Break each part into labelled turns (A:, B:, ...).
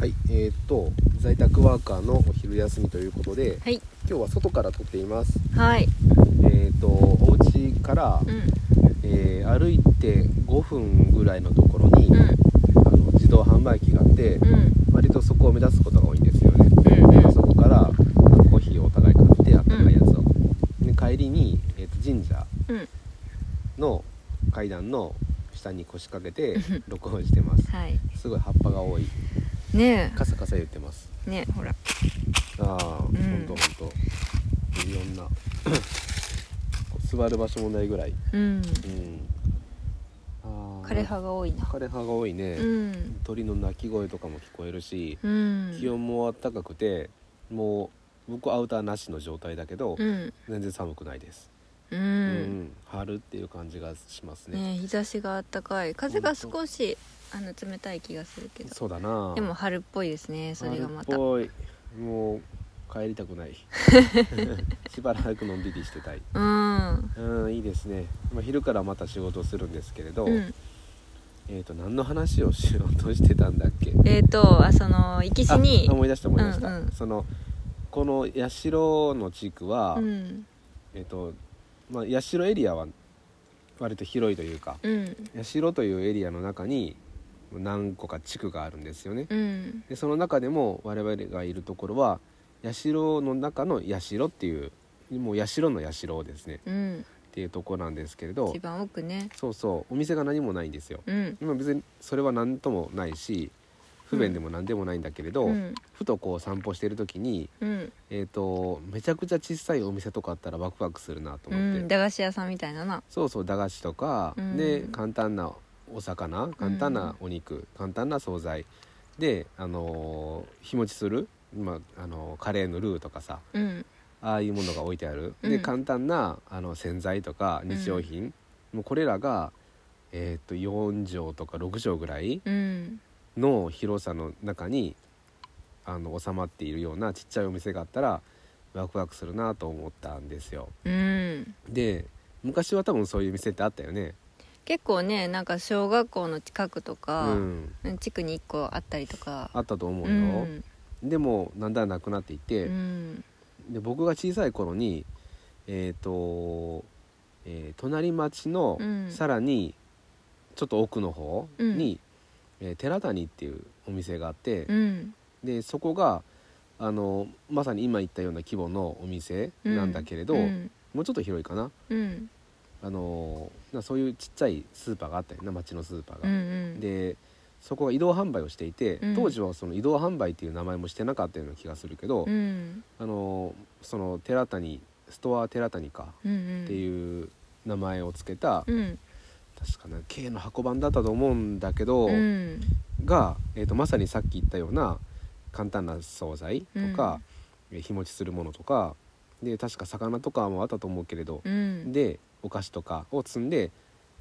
A: はい、えーっと在宅ワーカーのお昼休みということで、
B: はい
A: 今日は外から撮っています。
B: はい
A: えーっとお家から、
B: うん
A: えー歩いて5分ぐらいのところに、
B: うん
A: あの自動販売機があって、
B: うん
A: 割とそこを目指すことが多いんですよね。
B: うんうん
A: そこからあのコーヒーをお互い買ってあったかいやつを、で帰りに、えーっと神社
B: うん
A: の階段の下に腰掛けて
B: うん
A: 録音してます。
B: はい
A: すごい葉っぱが多い。
B: ね
A: カサカサ言ってます。
B: えねえほら
A: ああ、ほ
B: ん
A: んとほんといろん な座る場所もないぐらい
B: うん
A: うんああ
B: 枯葉が多いな
A: 枯葉が多いうね、
B: ん
A: 鳥の鳴き声とかも聞こえるし、
B: うん
A: 気温も暖かくてもう僕アウターなしの状態だけど、
B: うん
A: 全然寒くないです、
B: う
A: うん春っていう感じがしますね
B: ねえ日差しがあったかい風が少しあの冷たい気がするけど
A: そうだな
B: でも春っぽいですねそれがまたう
A: 春っぽいもう帰りたくない しばらくのんびりしてたい
B: ん
A: うんいいですね、まあ、昼からまた仕事するんですけれど、
B: うん
A: えっ、と何の話をしようとしてたんだっけ
B: えっとあその生き死
A: あ
B: に
A: 思い出した思い出した、
B: うんうん
A: そのこの八代の地区は、
B: うん
A: えっ、と、まあ、八代エリアは割と広いというか
B: うん
A: 八代というエリアの中に何個か地区があるんですよね、
B: うん
A: でその中でも我々がいるところは八代の中の八代っていうもう八代の八代ですね
B: うん
A: っていうとこなんですけれど
B: 一番奥ね
A: そうそうお店が何もないんですよ
B: うん
A: 今別にそれは何ともないし不便でも何でもないんだけれど、
B: うん
A: ふとこう散歩してる時に、
B: うん
A: えー、とめちゃくちゃ小さいお店とかあったらワクワクするなと
B: う
A: 思って、
B: ん駄菓子屋さんみたいなな
A: そうそう駄菓子とか、
B: うん
A: で簡単なお魚簡単なお肉、簡単な惣菜で、あのー日持ちする、まああのーカレーのルーとかさ
B: うん
A: ああいうものが置いてある、
B: うん
A: で簡単なあの洗剤とか日用品、もうこれらが、えー、と4畳とか6畳ぐらい
B: うん
A: の広さの中にあの収まっているようなちっちゃいお店があったらワクワクするなと思ったんですよ
B: うん
A: で昔は多分そういう店ってあったよね
B: 結構ねなんか小学校の近くと
A: う
B: か、
A: ん
B: 地区に1個あったりとか
A: あったと思う
B: う
A: よ、
B: ん
A: でもだんだんなくなっていって、
B: うん
A: で僕が小さい頃にえっ、と、えー隣町の
B: うん
A: さらにちょっと奥の方に、えー寺谷っていうお店があって、
B: うん
A: でそこがあのまさに今言ったような規模のお店なんだけれど、
B: うん
A: もうちょっと広いかな
B: うん
A: あのなそういうちっちゃいスーパーがあったよな町のスーパー
B: う
A: が。
B: ん
A: でそこが移動販売をしていて、
B: うん
A: 当時はその移動販売っていう名前もしてなかったような気がするけど、
B: うん
A: あのその寺谷ストア寺谷か
B: うんうん
A: っていう名前を付けた、
B: うん
A: 確かな K の箱版だったと思うんだけど、
B: うん
A: が、えー、とまさにさっき言ったような簡単な惣菜とか、えー日持ちするものとかで確か魚とかもあったと思うけれど、
B: うん
A: でお菓子とかを積んで、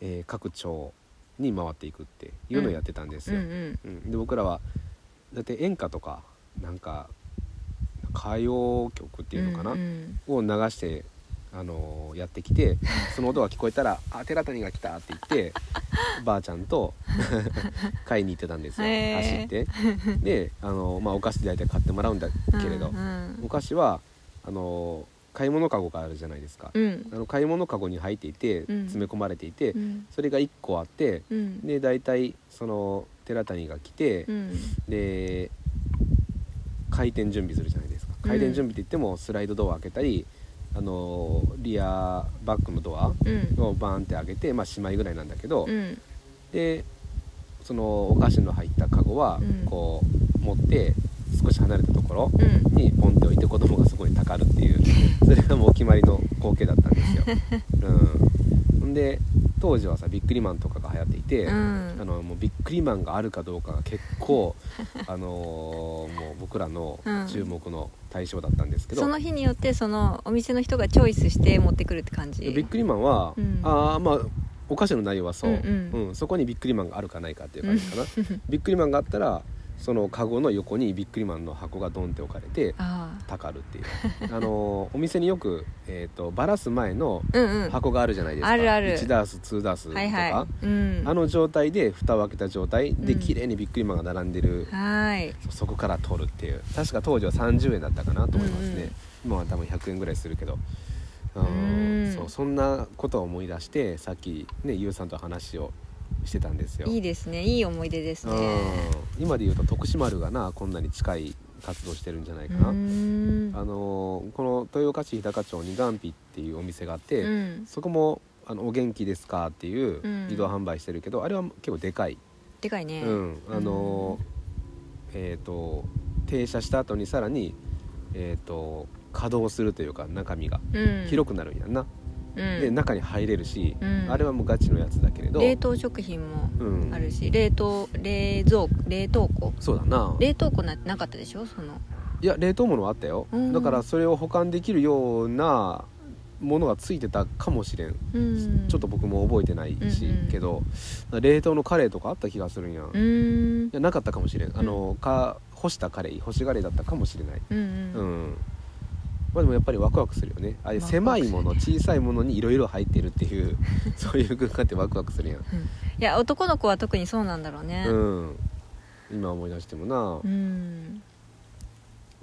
A: えー各町に回っていくっていうのをやってたんです
B: うんう
A: よ。
B: ん
A: うんで僕らはだって演歌とかなんか歌謡曲っていうのかな、
B: うん
A: を流して、あのーやってき てその音が聞こえたら「あ寺谷が来た」って言ってばあちゃんと 買いに行ってたんですよ、
B: へー
A: 走って で、あのーまあ、お菓子で大体買ってもらうんだ
B: うん
A: けれど、
B: うん
A: お菓子はあのー買い物かごがあるじゃないですか、
B: うん
A: あの買い物かごに入っていて
B: うん
A: 詰め込まれていて、
B: うん
A: それが1個あって
B: うん
A: で大体その寺谷が来て、
B: うん
A: で回転準備するじゃないですか回転準備って言ってもスライドドア開けたり、あのリアバックのドア
B: うん
A: をバーンって開けてまあしまいぐらいなんだけど、
B: うん
A: でそのお菓子の入ったカゴは
B: うん
A: こう持って少し離れたところ
B: うん
A: にポンって置いて子供がそこにたかるって いうそれがもうお決まりの光景だったんですよ。うん、ほんで当時はさビックリマンとかが流行っていて、
B: うん
A: あのもうビックリマンがあるかどうかが結 構あのーもう僕らの
B: うん
A: 注目の対象だったんですけど、
B: その日によってそのお店の人がチョイスして持ってくるって感じ
A: ビックリマンは、
B: うん
A: ああまあお菓子の内容はそう、
B: うんうん
A: そこにビックリマンがあるかないかっていう感じかな、 ビックリマンがあったらそのカゴの横にビックリマンの箱がドンって置かれて
B: ああ
A: 「たかるっていうあのお店によく、えー、とバラす前の
B: うんうん
A: 箱があるじゃないですか、
B: あるある
A: 1ダース2ダースとか、
B: はいはいうん
A: あの状態で蓋を開けた状態で
B: うん
A: 綺麗にビックリマンが並んでる、
B: はい
A: そそこから取るっていう確か当時は30円だったかなと思いますね、
B: うんうん
A: 今は多分100円ぐらいするけどう
B: うんん
A: そうそんなことを思い出してさっきねゆうさんと話をしてたんですよ
B: いいですねいい思い出です
A: うん
B: ね
A: 今で言うと徳島丸がなこんなに近い活動してるんじゃないうか
B: ー
A: な、
B: ん
A: あのーこの豊岡市日高町にガンピっていうお店があって、
B: うん
A: そこもあの「お元気ですか?」っていう
B: うん
A: 移動販売してるけど、あれは結構でかい、
B: でかいね
A: うんあのーえっ、と停車した後にさらにえっ、と稼働するというか中身が
B: うん
A: 広くなるんやんな、
B: く
A: で中に入れるし、
B: うん
A: あれはもうガチのやつだけれど
B: 冷凍食品も
A: うん
B: あるし冷凍冷蔵冷凍庫
A: そうだな
B: 冷凍庫なんてなかったでしょその
A: いや冷凍物はあったよ、
B: うん
A: だからそれを保管できるようなものがついてたかもしれん
B: うん
A: ちょっと僕も覚えてないし、
B: うんうん
A: けど冷凍のカレーとかあった気がするんや、
B: う
A: い
B: ーん
A: やなかったかもしれんあのか干したカレー干しカレーだったかもしれない
B: うん
A: う
B: うん
A: んまあでもやっぱりワクワクするよねああいう
B: ワク
A: 狭
B: ワクす
A: い
B: る
A: もの小さいものにいろいろ入ってるっていう そういう空間ってワクワクするやん、
B: いや男の子は特にそうなんだろうね
A: うん、今思い出してもな
B: う、ん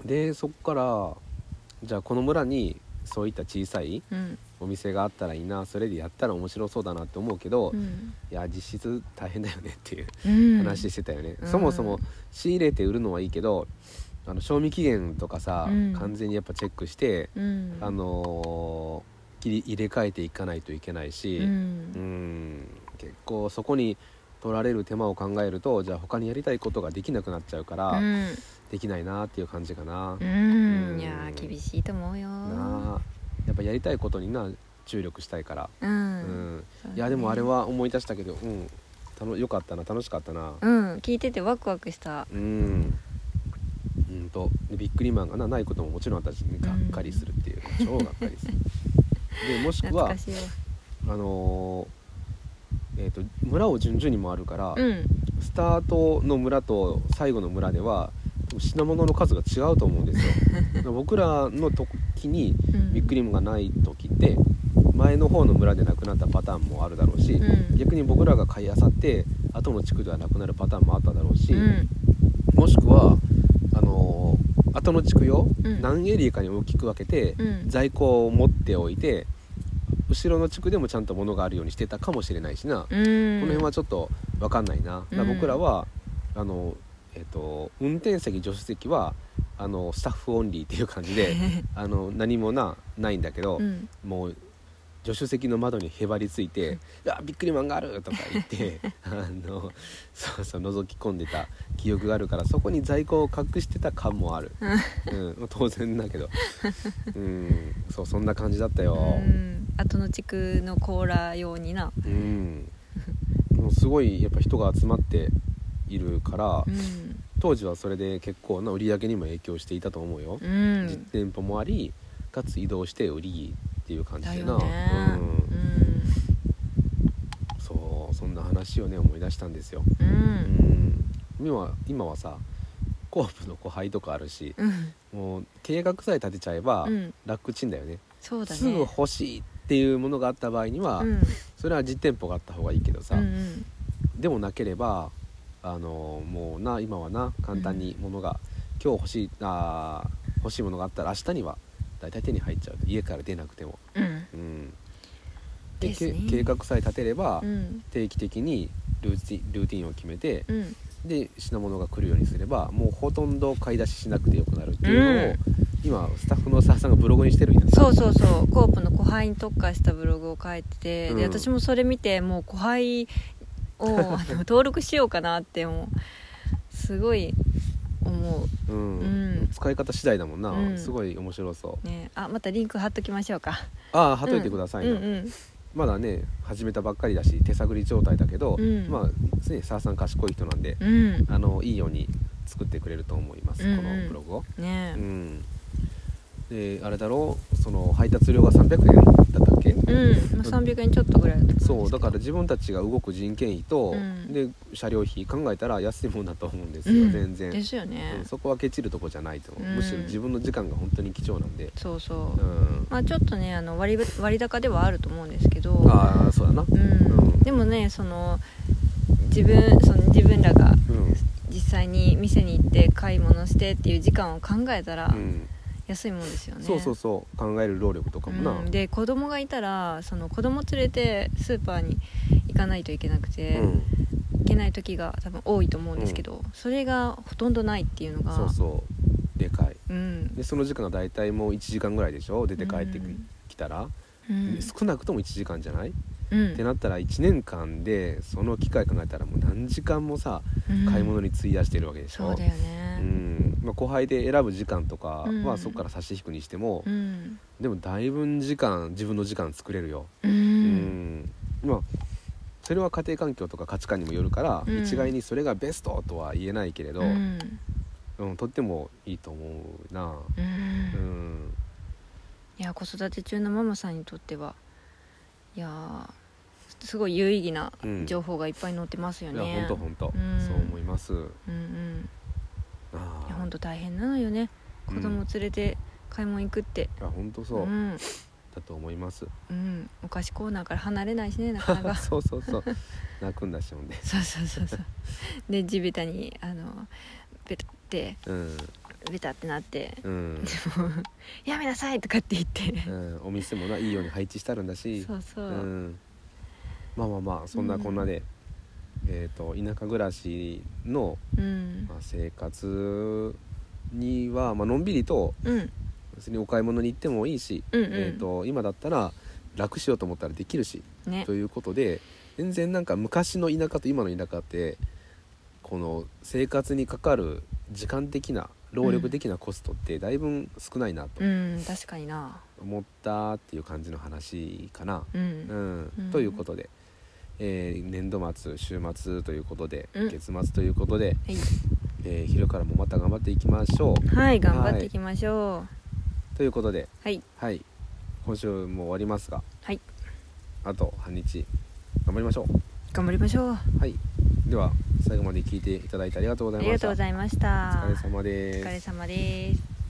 A: でそっからじゃあこの村にそういった小さい
B: うん
A: お店があったらいいなそれでやったら面白そうだなって思うけど、
B: う
A: い
B: ん
A: や実質大変だよねっていう
B: うん
A: 話してたよね、
B: うん
A: そもそも仕入れて売るのはいいけどあの賞味期限とかさ、
B: うん
A: 完全にやっぱチェックして、
B: うん
A: あのー切り入れ替えていかないといけないし、
B: う
A: うんん結構そこに取られる手間を考えるとじゃあ他にやりたいことができなくなっちゃうから、
B: うん
A: できないなっていう感じかな、
B: う
A: なんうん
B: いやー厳しいと思うよ
A: あやっぱやりたいことにな注力したいから、
B: う
A: うん
B: ん
A: いやでもあれは思い出したけどうんたのよかったな楽しかったな
B: うん聞いててワクワクした
A: うんうんとでビックリマンがなないことももちろん私にがっかりするっていう、超がっかり するでもしく
B: 懐
A: は
B: かしいわ
A: あのーえー、と村を順々に回るから、
B: うん
A: スタートの村と最後の村では品物の数が違うと思うんですよだ から僕らの時に
B: うん
A: ビックリマンがない時って前の方の村でなくなったパターンもあるだろうし、
B: うん
A: 逆に僕らが買い漁って後の地区ではなくなるパターンもあっただろうし、
B: うん
A: もしくはあのー後の地区よ、
B: うん
A: 何エリアかに大きく分けて、
B: うん
A: 在庫を持っておいて後ろの地区でもちゃんと物があるようにしてたかもしれないしな、こ
B: うん
A: の辺はちょっと分かんないな、だから
B: うん
A: 僕らはあの、えっと運転席助手席はあのスタッフオンリーっていう感じ であの何もなないんだけど、
B: うん
A: もう助手席の窓にへばりついて「あビックリマンがある!」とか言って あのそうそう覗き込んでた記憶があるからそこに在庫を隠してた感もある、うん、当然だけどうんそうそんな感じだったよ
B: うん後の地区のコーラ用にな
A: うんもうすごいやっぱ人が集まっているから
B: うん
A: 当時はそれで結構な売り上げにも影響していたと思うよ
B: う
A: 実
B: ん
A: 店舗もありかつ移動して売りっていう感じ
B: だ
A: でな、
B: よね
A: うんそうそんな話をね思い出したんですよ、
B: うんう
A: うんん、今は今はさコープの後輩とかあるし、
B: うん
A: もう計画さえ立てちゃえば
B: うん
A: 楽ちんだよね,、
B: そうだね
A: すぐ欲しいっていうものがあった場合には、
B: うん
A: それは実店舗があった方がいいけどさ、
B: うんうん
A: でもなければあのもうな今はな簡単にものが、今日欲しいあー欲しいものがあったら明日には大体手に入っちゃう家から出なくても、
B: うん
A: うん、で
B: ですね
A: け計画さえ立てれば、
B: うん
A: 定期的にルーティルーティンを決めて、
B: うん
A: で品物が来るようにすればもうほとんど買い出ししなくてよくなるっていうのを、
B: うん
A: 今スタッフの澤さんがブログにしてるんやね
B: そうそうそうコープの後輩に特化したブログを書いてて、で
A: うん
B: 私もそれ見てもう後輩をあ の登録しようかなってもうすごい思
A: うん
B: うん
A: 使い方次第だもんな、
B: うん
A: すごい面白そう
B: うねあまたリンク貼っときましょうか
A: ああはといてくださいな、
B: うんうん
A: まだね始めたばっかりだし手探り状態だけど、
B: うん
A: まあ常に澤さん賢い人なんで、
B: うん、
A: あのいいように作ってくれると思います、
B: うんうん
A: このブログを、
B: ね
A: うん、であれだろうその配達料が300円だったっけ
B: うん、まあ、300円ちょっとぐらいだった
A: そうだから自分たちが動く人件費と、
B: うん
A: で車両費考えたら安いもんだと思うんです
B: う
A: よ、
B: ん
A: 全然、
B: ですよね、
A: うんそこはケチるとこじゃないと思う、
B: うん
A: むしろ自分の時間が本当に貴重なんで、
B: そうそう、
A: うん、
B: まあちょっとねあの割り割高ではあると思うんですけど
A: ああそうだな
B: うん、
A: うん
B: でもねその自分その自分らが
A: うん、
B: 実際に店に行って買い物してっていう時間を考えたら
A: うん
B: 安いもんですよね、
A: そうそうそう考える労力とかもな、
B: うんで子供がいたらその子供連れてスーパーに行かないといけなくて、
A: うん
B: 行けない時が多分多いと思うんですけど、それがほとんどないっていうのが
A: そうそうでかい
B: うん
A: でその時間が大体もう1時間ぐらいでしょ出て帰ってき,、
B: うん
A: たら、
B: うん
A: 少なくとも1時間じゃない、
B: うん
A: ってなったら1年間でその機会考えたらもう何時間もさ買い物
B: に
A: に費やしてるわけでしょ、
B: そうだよね
A: うんまあ、後輩で選ぶ時間とか
B: う
A: は
B: ん
A: そこから差し引くにしても、
B: うん
A: でもだいぶ時間自分の時間作れるよ、
B: う
A: うん
B: ん
A: まあそれは家庭環境とか価値観にもよるから、
B: うん
A: 一概にそれがベストとは言えないけれど、
B: う
A: うん
B: ん
A: とってもいいと思うな、
B: う
A: うんん、
B: いや子育て中のママさんにとってはいやーすごい有意義な
A: うん
B: 情報がいっぱい載ってますよ
A: いや
B: ね、
A: ほんとほんと、
B: うん
A: そう思います
B: うんうん
A: あ
B: いやほんと大変なのよね子供連れて買い物行くって、
A: あほんと
B: う
A: そう、
B: ん
A: だと思います
B: うん、お菓子コーナーから離れないしねなかな か
A: そうそうそう泣くんだしほんで
B: そうそうそうそうで地べたにあのベタって
A: うん
B: ベタってなって
A: うん、
B: 「やめなさい!」とかって言って
A: うん、お店もないいように配置してあるんだし
B: そうそう、
A: うん、まあまあまあそんなこんなで、えー、と田舎暮らしの、
B: うん
A: まあ、生活には、まあのんびりと
B: うん
A: 別にお買い物に行ってもいいし、
B: うんうん
A: えー、と今だったら楽しようと思ったらできるし
B: ね
A: ということで全然なんか昔の田舎と今の田舎ってこの生活にかかる時間的な労力的なコストってだいぶ少ないなと
B: うん確かにな
A: 思ったっていう感じの話かな。
B: う
A: うんん
B: うん
A: ということで、えー年度末週末ということで、
B: うん
A: 月末ということで、
B: はい、
A: えー昼からもまた頑張っていきましょ
B: はい、頑張っていきましょ
A: うということで、
B: うはい
A: はい、今週も終わりますが
B: はい
A: あと半日頑張りましょ
B: 頑張りましょう
A: う、はい、では最後まで聞いていただいてありがとうご
B: あ
A: ざいま
B: りが
A: した
B: とうございました
A: お疲れ様
B: お
A: です
B: 疲れ様です